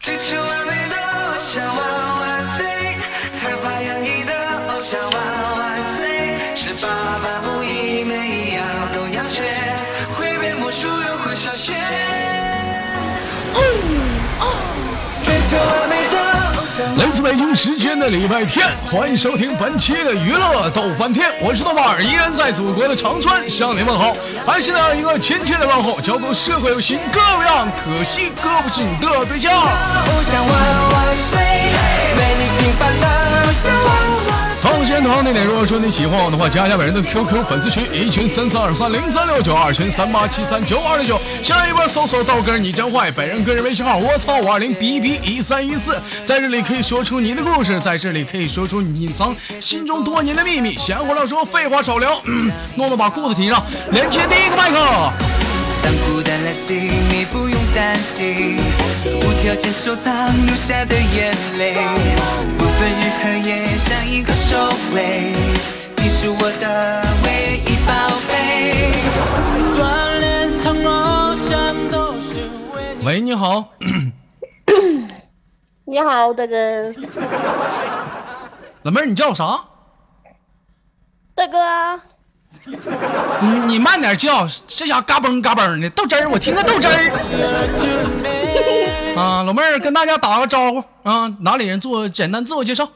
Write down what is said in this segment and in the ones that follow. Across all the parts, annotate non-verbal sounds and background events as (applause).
追求完美的偶像万万岁，才华洋溢的偶像万万岁，是爸爸不易，每一样都要学，会变魔术又会上学。追求完美的偶像。来自北京时间的礼拜天，欢迎收听本期的娱乐逗翻天，我是豆瓣儿，依然在祖国的长春向你问好，还是那样一个亲切的问候，叫做社会有型哥有样，可惜哥不是你的对象。偶像万万岁，美丽平凡的偶像万万岁。同时间同样地点，如果说你喜欢我的话，加一下本人的 QQ 粉丝群，一群三三二三零三六九，二群三八七三九二六九。新浪一波搜索豆哥儿你真坏，本人个人微信号我操五二零 b b 一三一四，在这里可以说出你的故事，在这里可以说出你隐藏心中多年的秘密。闲话少说，废话少聊，嗯，诺诺把裤子提上，连接第一个麦克。当孤单来袭，你不用担心，无条件收藏留下的眼泪，不分日和夜，像一个守卫，你是我的唯一宝贝。锻炼成偶像都是为你。喂，你好，你好，大哥，老妹儿，你叫啥？大哥，啊你你慢点叫，这家嘎嘣嘎嘣的豆汁儿，我听个豆汁儿。啊，老妹儿跟大家打个招呼啊，哪里人做简单自我介绍。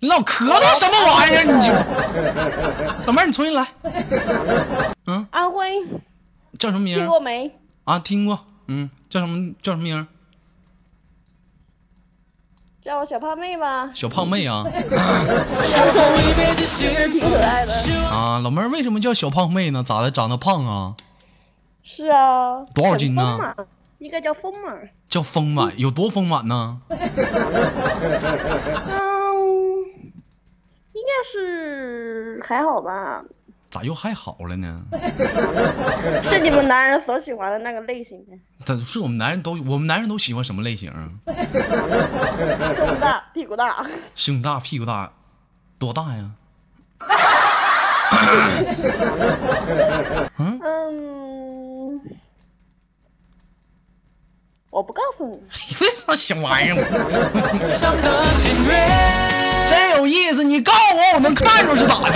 你老咳嗽什么玩意儿？你就，老妹儿，你重新来，安徽叫什么名听过儿？没？啊，听过，嗯，叫什么叫什么名儿？叫我小胖妹吧，小胖妹啊 (laughs) 挺可爱的。啊，老妹儿为什么叫小胖妹呢？咋的？长得胖啊？是啊，多少斤呢很丰满？应该叫丰满。叫丰满，有多丰满呢？嗯，应该是还好吧，咋又还好了呢？是你们男人所喜欢的那个类型的，他是我们男人都，我们男人都喜欢什么类型啊？胸部大，屁股大，胸大屁股大，多大 (laughs) 呀？嗯，我不告诉你，你为啥小玩意儿？ (laughs) 真有意思，你告诉我，我能看出是咋的。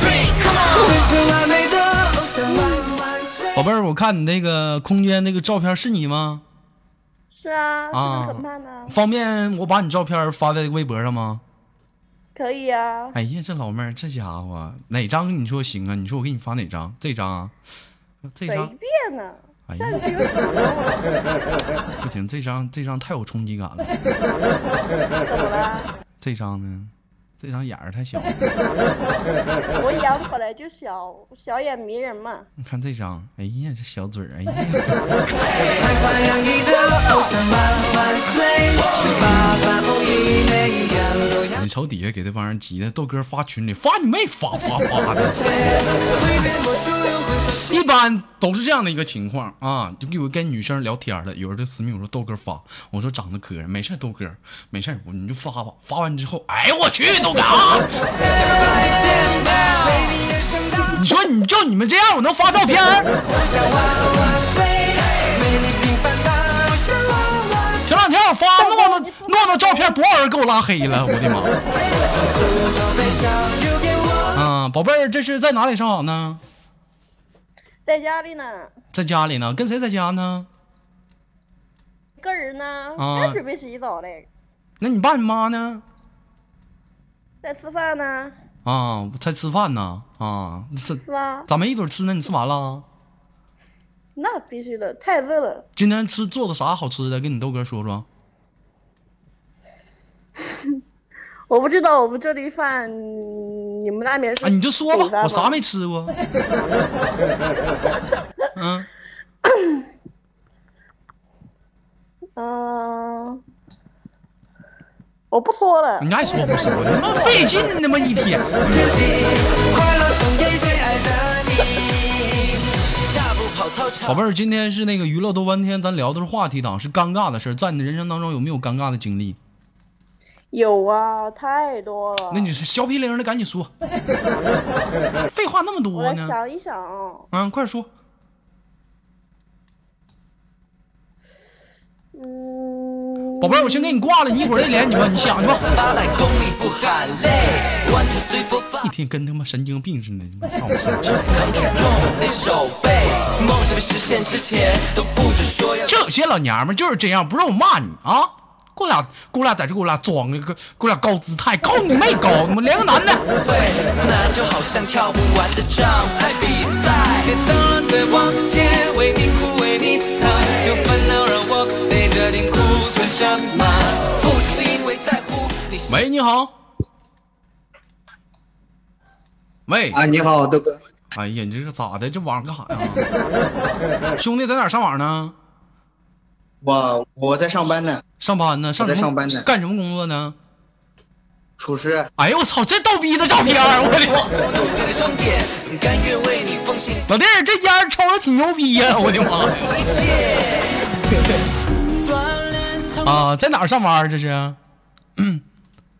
追求完美的偶像万万岁。 (laughs) 宝贝儿，我看你那个空间那个照片是你吗？是啊，是不啊是很胖呢？方便我把你照片发在微博上吗？可以啊，哎呀，这老妹儿，这家伙哪张你说行啊？你说我给你发哪张？这张啊，这随张，便呢。哎那呀你，不有什么？不行，这张这张太有冲击感了。怎么了？这张呢，这张眼儿太小。 (laughs) 我眼本来就小，小眼迷人嘛。你看这张，哎呀，这小嘴儿，哎呀，才华洋溢的偶像万万岁，是爸爸不易，每一样都要你瞅底下给这帮人急的，豆哥发群里发你妹发发发的。会变魔术又会上学。一般都是这样的一个情况啊，就有跟女生聊天了，有人就私密我说豆哥发，我说长得磕碜，没事儿豆哥，没事儿，我你就发吧，发完之后，哎呦我去豆哥啊，你说你就你们这样，我能发照片儿？偶像万万岁，美丽平凡的偶像万万岁，前两天我发诺诺诺诺照片，多少人给我拉黑了，我的妈！多悲伤留给我。啊，宝贝儿，这是在哪里上网呢？在家里呢，在家里呢，跟谁在家呢？一个人呢，啊刚准备洗澡嘞，那你爸你妈呢？在吃饭呢，啊，才吃饭呢，啊，这是吧？咱们一准吃呢，你吃完了？啊那必须的，太热了。今天吃做的啥好吃的？跟你豆哥说说。我不知道我们这里饭，嗯你们那边是？啊，你就说午饭吧，吗我啥没吃过。 (laughs) 嗯，嗯，我不说了。你爱说不说，你妈费劲他妈一天。自己快乐送给最爱的你，大步跑操场宝。贝儿，今天是那个娱乐多半天，咱聊的是话题党，是尴尬的事儿。在你的人生当中有没有尴尬的经历？有啊，太多了。那你是削皮灵的，赶紧 (laughs) 说。废话那么我多来呢。嗯想一想，啊，快说。嗯，宝贝儿，我先给你挂了，你一会儿再联系吧，你想去吧。八百公里不喊累，One two three four five 一。天跟他妈神经病似的，你妈让我生气。很举重得手背，梦想没实现之前都不准说要。就有些老娘们就是这样，不让我骂你啊！给我俩，给我俩在这给我俩装个，给我俩高姿态，高你妹高，你们连个男的。对，难就好像跳不完的障碍比赛。跌倒了再往前，为你哭为你疼，有烦恼让我背着点哭，算什么？付出是因为在乎。你是 (laughs) 喂，你好。喂，啊，你好，豆哥，哎呀，你这个咋的？这网干啥呀？兄弟，在哪儿上网呢？我我在上班呢，上班呢？上什么我在上班呢干什么工作呢？厨师。哎呦我操，这逗逼的照片 (laughs) 儿，我的妈！我努力的终点，甘愿为你奉献老弟儿，这烟儿抽的挺牛逼 (laughs) 呀、我的妈呀！一切。锻炼从 (laughs) 啊，在哪儿上班儿这是？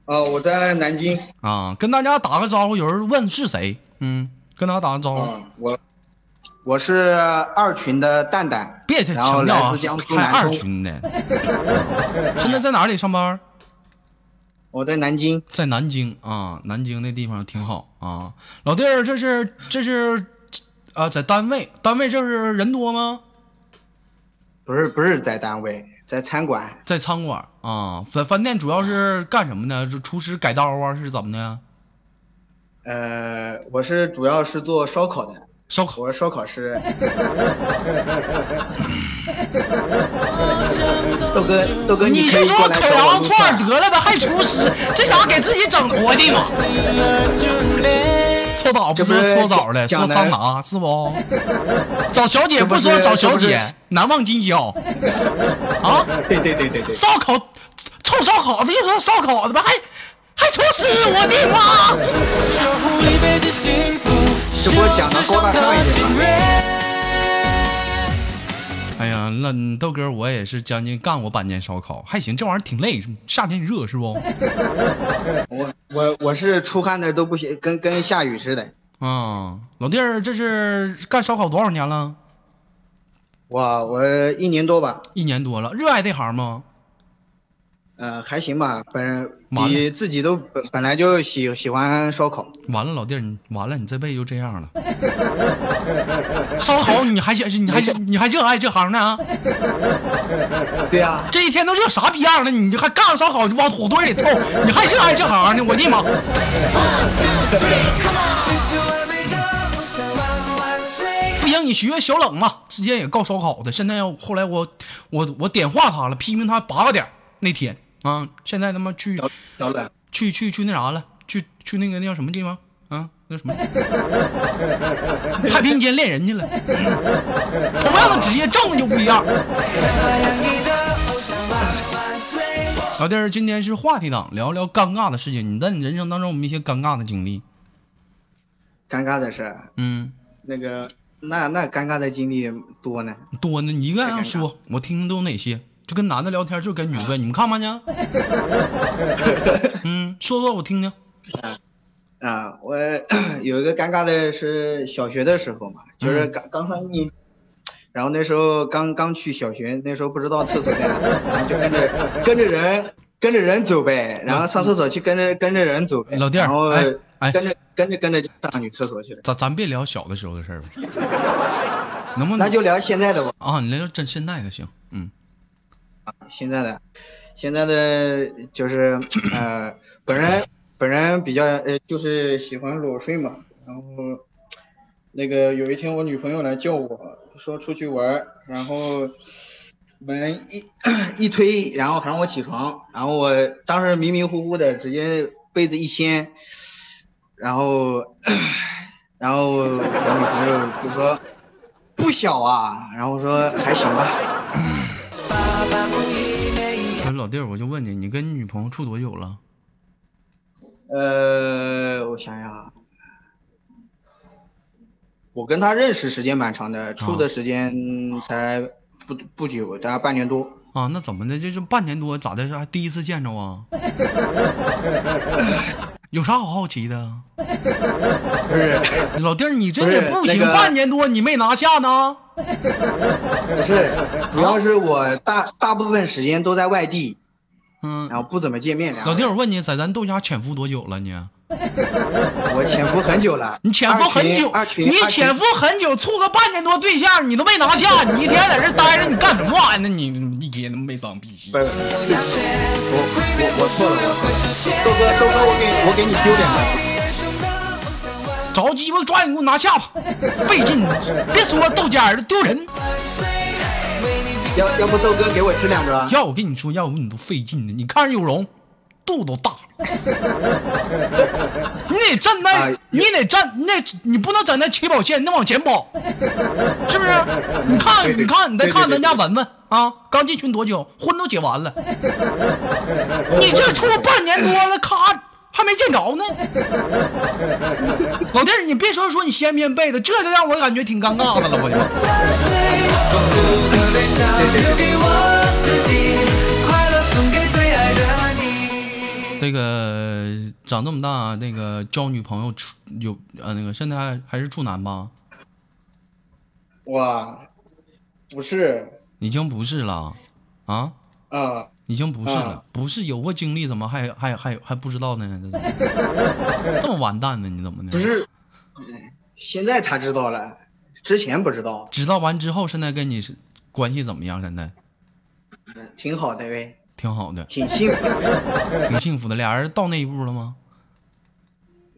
啊，我在南京。啊，跟大家打个招呼，有人问是谁？嗯，跟大家打个招呼，啊，我我是二群的蛋蛋。别太然后强调来啊自江，苏还南二充。群的。 (laughs) 现在在哪里上班？我在南京。在南京啊，南京那地方挺好啊。老弟儿，这是这是啊，在单位，单位这是人多吗？不是不是在单位，在餐馆。在餐馆啊，饭饭店主要是干什么呢？就厨师改刀啊，是怎么的？呃，我是主要是做烧烤的，烧烤我是烧烤师。 (laughs) 豆哥，豆哥，你可就以说过来烤找我羊肉撸串串儿得了吧，还厨师，这家伙给自己整的，我的妈！搓澡不这不说是搓澡了，讲说讲桑的拿是不？找小姐这不不是说找这小不是姐，难忘今宵。啊，对对对对对，烧烤，臭烧烤的又说烧烤的吧，还还厨师，我的妈！一辈子幸福，这不讲得高大上一点吗哎呀，那你豆哥我也是将近干过半年烧烤，还行，这玩意儿挺累，夏天热是不？我我我是出汗的都不行，跟跟下雨似的。啊，老弟儿，这是干烧烤多少年了？我我一年多吧，一年多了，热爱这行吗？呃，还行吧，本人完了你自己都本本来就喜喜欢烧烤，完了，老弟儿，你完了，你这辈子就这样了。烧烤你还想，你还你还热爱这行呢？对啊呀、这一天都热啥逼样了？你还干烧烤就往火堆里凑，你还热爱这行呢？我的妈！不行，你学学小冷嘛，之前也告烧烤的，现在要后来我我我点化他了，批评他八个点儿那天啊，现在他妈去小小冷，去去去那啥了，去去那个那叫什么地方啊？那 (laughs) 什么太平间练人去了， (laughs) 同样的职业挣的就不一样。老弟儿，今天是话题党，聊聊尴尬的事情。你在你人生当中有没有一些尴尬的经历？尴尬的是嗯，那个那那尴尬的经历多呢，多呢，你一个一个太尴尬说，我听听都有哪些。就跟男的聊天，就跟女的， (laughs) 你们看吧呢？嗯，说说我听听。啊、我 (clears throat) 有一个尴尬的是小学的时候嘛，就是嗯刚刚上一年级，然后那时候刚刚去小学，那时候不知道厕所在哪，然后就跟着跟着人跟着人走呗，然后上厕所去跟着跟着人走呗，老弟儿然后哎哎跟着跟着跟着就上女厕所去了，咱咱别聊小的时候的事儿了，(laughs) 能不能那就聊现在的吧。啊？你聊真现在的行，嗯，现在的，现在的就是呃，本人本人比较呃，就是喜欢裸睡嘛。然后那个有一天我女朋友来叫我说出去玩儿，然后门一 (clears throat) 一推，然后喊我起床，然后我当时迷迷糊糊的，直接被子一掀，然后然后我女朋友就说不小啊，然后我说还行吧。不是老弟儿，我就问你，你跟你女朋友处多久了？呃，我想想啊，我跟他认识时间蛮长的，处啊的时间才不不久，大概半年多。啊，那怎么的？这是半年多，咋的？还第一次见着啊？ (laughs) 有啥好好奇的？不是老弟儿，你这不是也不行，那个半年多你没拿下呢。不是，主要是我大大部分时间都在外地，嗯，然后不怎么见面。老弟，我问你，在咱豆家潜伏多久了你？我潜伏很久了，你潜伏很久二，群，你潜伏很久，处个半年多对象，你都没拿下，你一天在这待着，你干什么玩意儿呢？你你一天都没长逼不是，对不起我我我错了，我错了，豆哥豆哥，我给我给你丢脸了，着急吧，抓紧给我拿下吧，费劲，别说豆家儿丢人。要要不豆哥给我支两个？啊要我跟你说，要不你都费劲呢。你看人有容，肚都大了，你得站啊那有，你得站那，你不能站在起跑线，你得往前跑，是不是？你对看，对你看，你再对对看咱对家文文啊，刚进群多久，婚都结完了，你这处半年多了，咔。还没见着呢，老弟儿，你别说说你掀不掀被子，这就让我感觉挺尴尬的了，我就。把苦和悲伤留给我自己，快乐送给最爱的你。这个长这么大，那个交女朋友处有呃那个现在还还是处男吧？哇，不是已经不是了啊，啊，已经不是了，啊不是有过经历，怎么还还还还不知道呢？这怎么 (laughs) 这么完蛋呢？你怎么呢？不是，现在他知道了，之前不知道，知道完之后，现在跟你是关系怎么样？现在嗯挺好的呗，挺好的，挺 (laughs) 幸福的。挺幸福的。俩人到那一步了吗？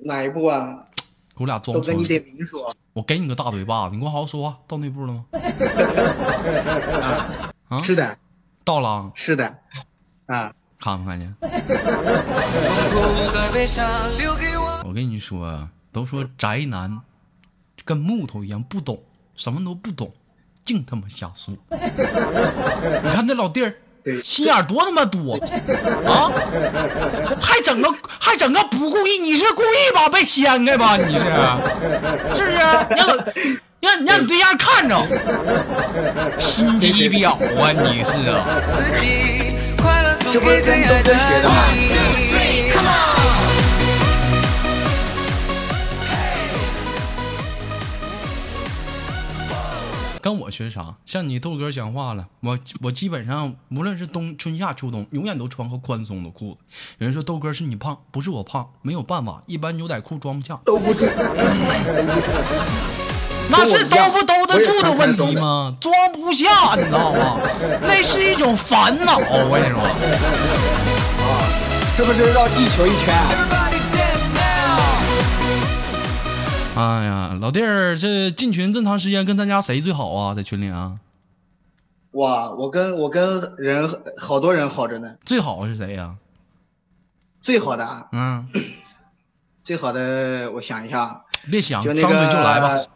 哪一步啊？给我俩装豆哥，出你来！得明说。我给你个大嘴巴子，你给我好好说话。到那步了吗？啊是的，到了啊，是的，啊，看不看见？苦和悲伤留给我。我跟你说啊，都说宅男跟木头一样，不懂，什么都不懂，净他妈瞎说。你看那老弟儿，对，心眼儿多他妈多啊！还整个还整个不故意，你是故意吧？被掀开吧？你是啊是不是？让老让让你对象看着，心机婊啊！你是啊？自己，快乐这送不是给跟最爱东哥的学的吗你。跟我学啥？像你豆哥讲话了，我我基本上无论是冬春夏秋冬，永远都穿个宽松的裤子。有人说豆哥是你胖，不是我胖，没有办法，一般牛仔裤装不下，兜不住。那是兜不兜得住的问我题也穿宽松吗？装不下，你知道吗？那是一种烦恼，啊哦我跟你说，这不是绕地球一圈啊？ Everybody dance now，哎呀，老弟儿，这进群这么长时间，跟咱家谁最好啊？在群里啊，哇，我跟我跟人好多人好着呢，最好是谁呀、最好的啊，嗯，最好的，我想一下啊，别想，就张那嘴个就来吧。嗯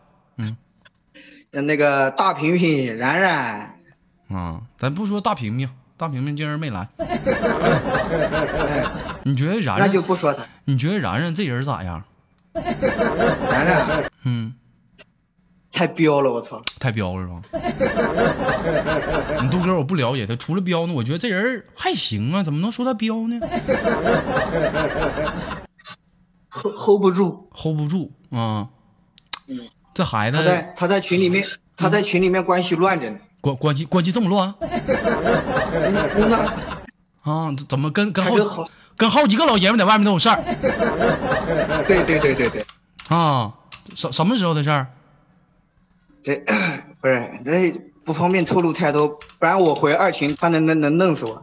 嗯，那个大平平、然然，啊、咱不说大平平，大平平今儿没来。你觉得然哎那就然？不说他，你觉得然然这人咋样？然然嗯，太彪了，我操！太彪是吗？你杜哥我不了解他，除了彪呢，我觉得这人还行啊，怎么能说他彪呢，hold hold 不住。 ？hold 不住啊、嗯这孩他子在他在群里面，嗯他在群里面关系乱着呢。关关系关系这么乱嗯那啊？这怎么跟跟他好跟好，跟好几个老爷们在外面都有事儿对对对对对，啊？什什么时候的事儿？这不是那不方便透露太多，不然我回二群，他能能能弄死我。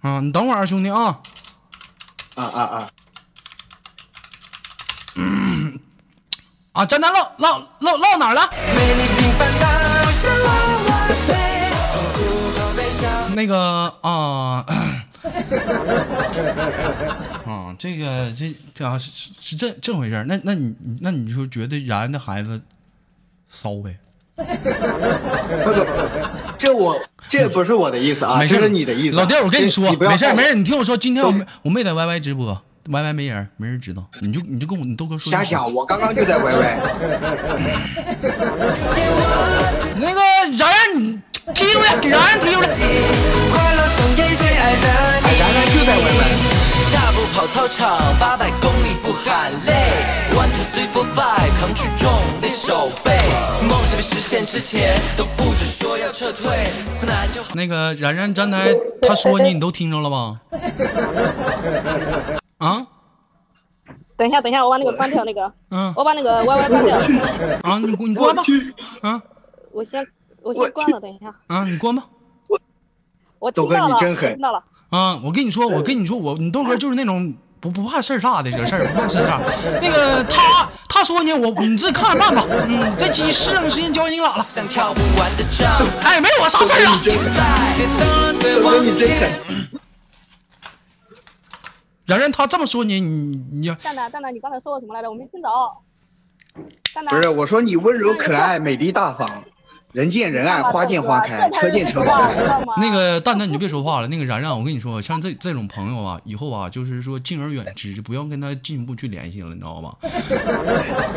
啊，你等会儿啊，兄弟啊。啊啊啊！啊，咱咱唠唠唠唠哪儿了？为你平凡到像浪花碎，痛苦和悲伤。那个啊， (laughs) 啊，这个这这啊是是是这这回事儿。那那你那你说觉得然的孩子骚呗？不不不，这我这不是我的意思啊，没事这儿，是你的意思啊。老弟儿，我跟这你说，你不要没事儿怪我没事儿，你听我说，今天我没我没在 YY 直播，YY 没人，没人知道，你就你就跟我你豆哥说就瞎行。想，我刚刚就在 YY。 (laughs) 那个然然，你踢出来，给然然踢出来。快乐送给最爱的你。哎，然然就在 YY。大步跑，走操场，八百公里不喊累。One two three four five，扛举重练手背。梦想被实现之前，都不准说要撤退，困难就好。那个然然刚才他说你，你都听着了吧？ (laughs) 啊，等一下，等一下，我把那个关掉，那个，嗯我把 (laughs) 那个 YY 关掉，啊，你你关吧，啊我先我先关了，等一下，啊，你关吧。我豆哥听到你了，真我狠听到了，啊，我跟你说，我跟你说，我你豆哥就是那种不不怕事儿大的这事儿，不怕事儿大。那个他他说呢，我你自己看着办吧。嗯，这鸡适应时间交给你俩了。像跳不完的障碍。哎，没我啥事儿啊。比赛，跌倒了别豆哥你往真前。狠，然然他这么说你，你你蛋蛋蛋蛋，你刚才说我什么来着？我没听着，蛋蛋不是我说你温柔可爱、美丽大方，人见人爱、花见花开、车见车爆开。那个蛋蛋你就别说话了。那个然然，我跟你说，像这这种朋友啊，以后啊，就是说敬而远之，就不要跟他进一步去联系了，你知道吗？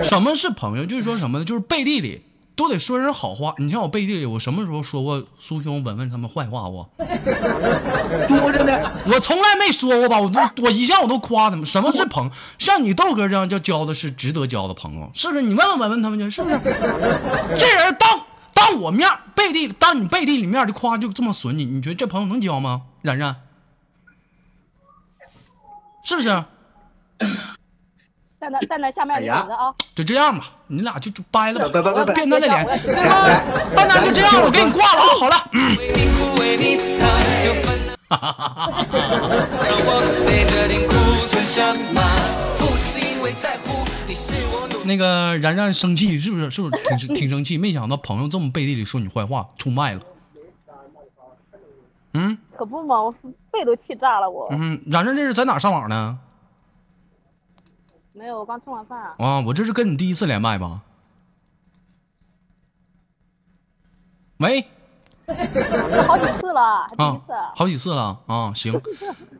什么是朋友？就是说什么呢？就是背地里都得说人好话。你像我背地里，我什么时候说过苏兄、文文他们坏话不？多着呢，我从来没说过吧，我都我一向我都夸他们。什么是朋？像你豆哥这样叫交的是值得交的朋哦友，是不是？你问问文文他们去，是不是？这人当当我面儿背地当你背地里面的夸，就这么损你，你觉得这朋友能交吗？然然，是不是？蛋蛋蛋蛋下麦你等着啊，就这样吧，你俩就就掰了吧，拜拜拜拜变他的脸。那什么，来班长就这样，我给你挂了啊。好了，嗯为你哭，为你擦，有烦恼。让我背着点哭，算什么？付出是因为在乎，你是我努力。那个然然生气是不是？是不 (laughs) 是挺挺生气？没想到朋友这么背地里说你坏话，出卖了。嗯。可不嘛，我肺都气炸了，我嗯，然然这是在哪上网呢？没有，我刚吃完饭，啊，我这是跟你第一次连麦吧？喂，我好几次了，还第一啊次，，好几次了啊，行，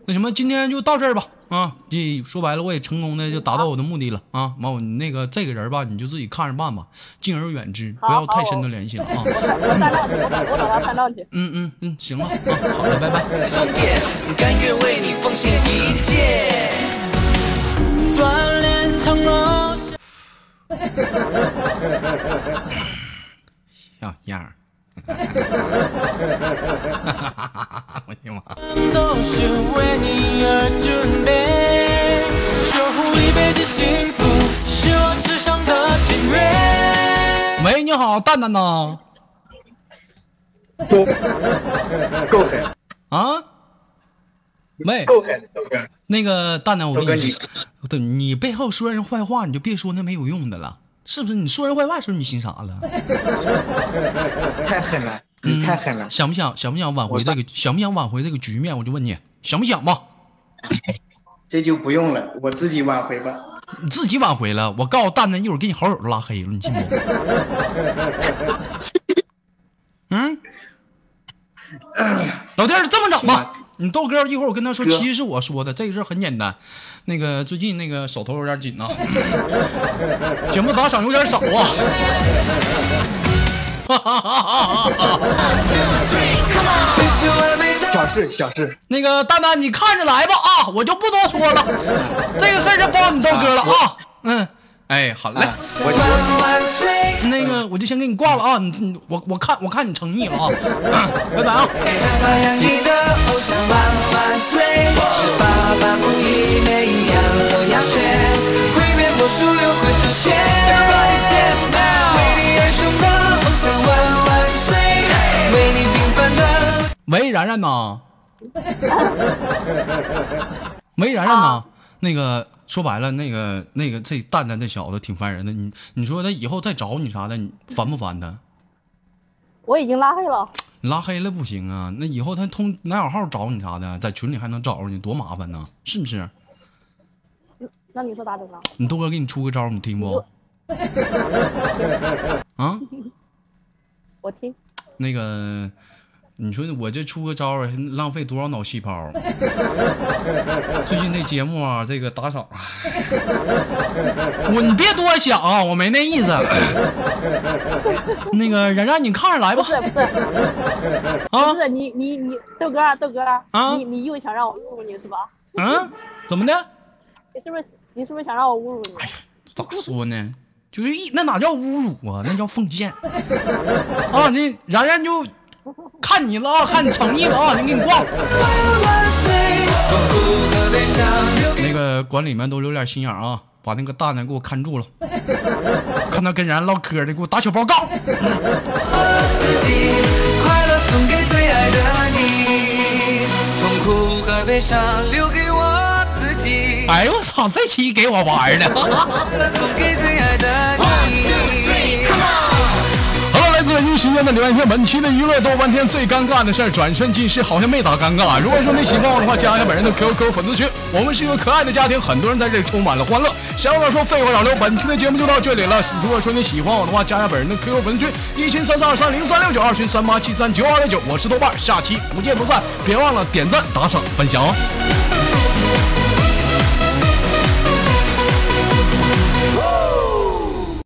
那什么，今天就到这儿吧啊。这说白了，我也成功的就达到我的目的了啊。完，我那个这个人吧，你就自己看着办吧，敬而远之，不要好太好深的联系了啊。我我删上去，我我等到删上去。嗯嗯嗯，行吧啊，好了，拜拜。终点，甘愿为你奉献一切。锻炼从容。小样儿，我的妈！都是为你而准备，守护一辈子幸福是我至上的心愿。喂，你好，蛋蛋呐？够够狠，啊？喂，够狠，豆哥，那个蛋蛋，我豆跟哥你你说，对你背后说人坏话，你就别说那没有用的了，是不是？你说人坏话的时候，你心啥了？太狠了，你太狠了嗯，想不想想不想挽回我这个想不想挽回这个局面？我就问你，想不想吧？这就不用了，我自己挽回吧。你自己挽回了，我告诉蛋蛋，一会儿给你好友都拉黑了，你信不？嗯，老弟儿，这么整吧，你豆哥一会儿我跟他说，哥其实是我说的，这个事儿很简单。那个最近那个手头有点紧呐、啊节目打赏有点少啊。 (laughs) 追求完美的小事小事，那个蛋蛋，你看着来吧啊，我就不多说了，这个事儿就包你豆哥了啊。嗯，哎，好嘞。啊，我万万岁。那个我就先给你挂了啊！你你我我看我看你诚意了啊， (coughs) 拜拜啊！发扬你的偶像万万岁，是八般武艺，每一样都要学，会变魔术又会数学。为你而生的偶像万万岁，为你平凡的偶像喂，然然呐，喂，然然呐，那个说白了，那个那个这蛋蛋这小子挺烦人的，你你说他以后再找你啥的，你烦不烦他？我已经拉黑了，你拉黑了不行啊，那以后他通男小号找你啥的，在群里还能找着你，多麻烦呢，是不是？那你说咋整啊？你豆哥给你出个招儿，你听不？啊？我听，那个，你说我这出个招儿，浪费多少脑细胞？最近这节目啊，这个打赏， (laughs) 我你别多想啊，我没那意思。那个然然，你看着来吧不是不是啊不是，你你你，豆哥啊豆哥啊啊你你又想让我录你是吧？嗯，怎么的？你是不是你是不是想让我侮辱你？哎呀，咋说呢？就是一那哪叫侮辱啊？那叫奉献啊！那然然就看你了啊，看你诚意了啊，就给你挂了。那个管理们都留点心眼啊，把那个蛋蛋给我看住了，看他跟然唠嗑的，给我打小报告。自己，快乐送给最爱的你，痛苦和悲伤留给我自己。哎呦我操，这期给我玩的。快乐送给最爱的你。好了，来自北京时间的礼拜天，本期的娱乐豆瓣天最尴尬的事儿，转瞬即逝，好像没打尴尬。如果说你喜欢我的话，加一下本人的 QQ 粉丝群，我们是一个可爱的家庭，很多人在这里充满了欢乐。小老说废话少聊，本期的节目就到这里了。如果说你喜欢我的话，加一下本人的 QQ 粉丝群，一群三三二三零三六九，二群三八七三九二六九，我是豆瓣儿，下期不见不散。别忘了点赞、打赏、分享哦。我